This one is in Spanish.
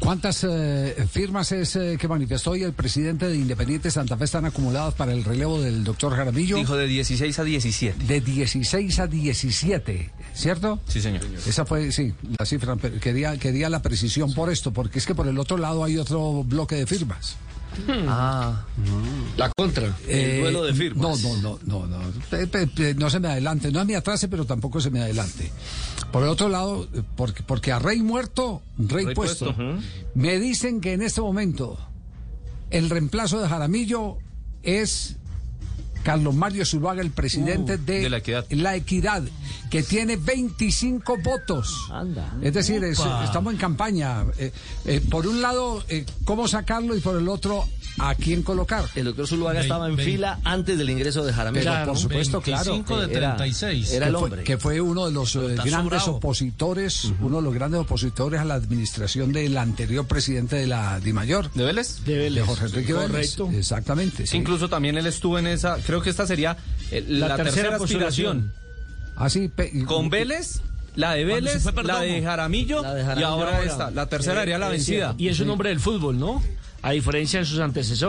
¿Cuántas eh, firmas es eh, que manifestó hoy el presidente de Independiente Santa Fe están acumuladas para el relevo del doctor Jaramillo? Dijo de 16 a 17. De 16 a 17, ¿cierto? Sí, señor. Esa fue, sí, la cifra. pero Quería, quería la precisión por esto, porque es que por el otro lado hay otro bloque de firmas. La contra. Eh, Mm. El duelo de firmas. No, no, no, no, no. Pe- pe- pe- no se me adelante. No me atrase, pero tampoco se me adelante. Por el otro lado, eh, porque, porque a rey muerto, rey, Rey puesto. puesto, ujú. Me dicen que en este momento el reemplazo de Jaramillo es Carlos Mario Zuluaga, el presidente de, Uh, de La Equidad. La Equidad, que tiene 25 votos. Es decir, es- estamos en campaña. Eh, eh, por un lado, eh, cómo sacarlo y por el otro, a quién colocar. El doctor Zuluaga Ve- estaba en ve- fila antes del ingreso de Jaramillo. Pero por supuesto, claro. 25 de Era- 36. era- que el fue- hombre. que fue uno de los eh, está grandes sobrado. opositores, uno de los grandes opositores a la administración del anterior presidente de la DIMAYOR, ¿De Vélez? de, Jorge Enrique Vélez. Correcto. Exactamente. sí. Incluso también él estuvo en esa. Creo que esta sería eh, la, La tercera tercera, postulación. aspiración. Así, Ah, pe- Con Vélez, la de Cuando se Vélez, fue la Perdomo. de, Jaramillo, La de Jaramillo y ahora ahora. esta. La tercera Eh, sería la es vencida. cierto. Y es un hombre del fútbol, ¿no? A diferencia de sus antecesores.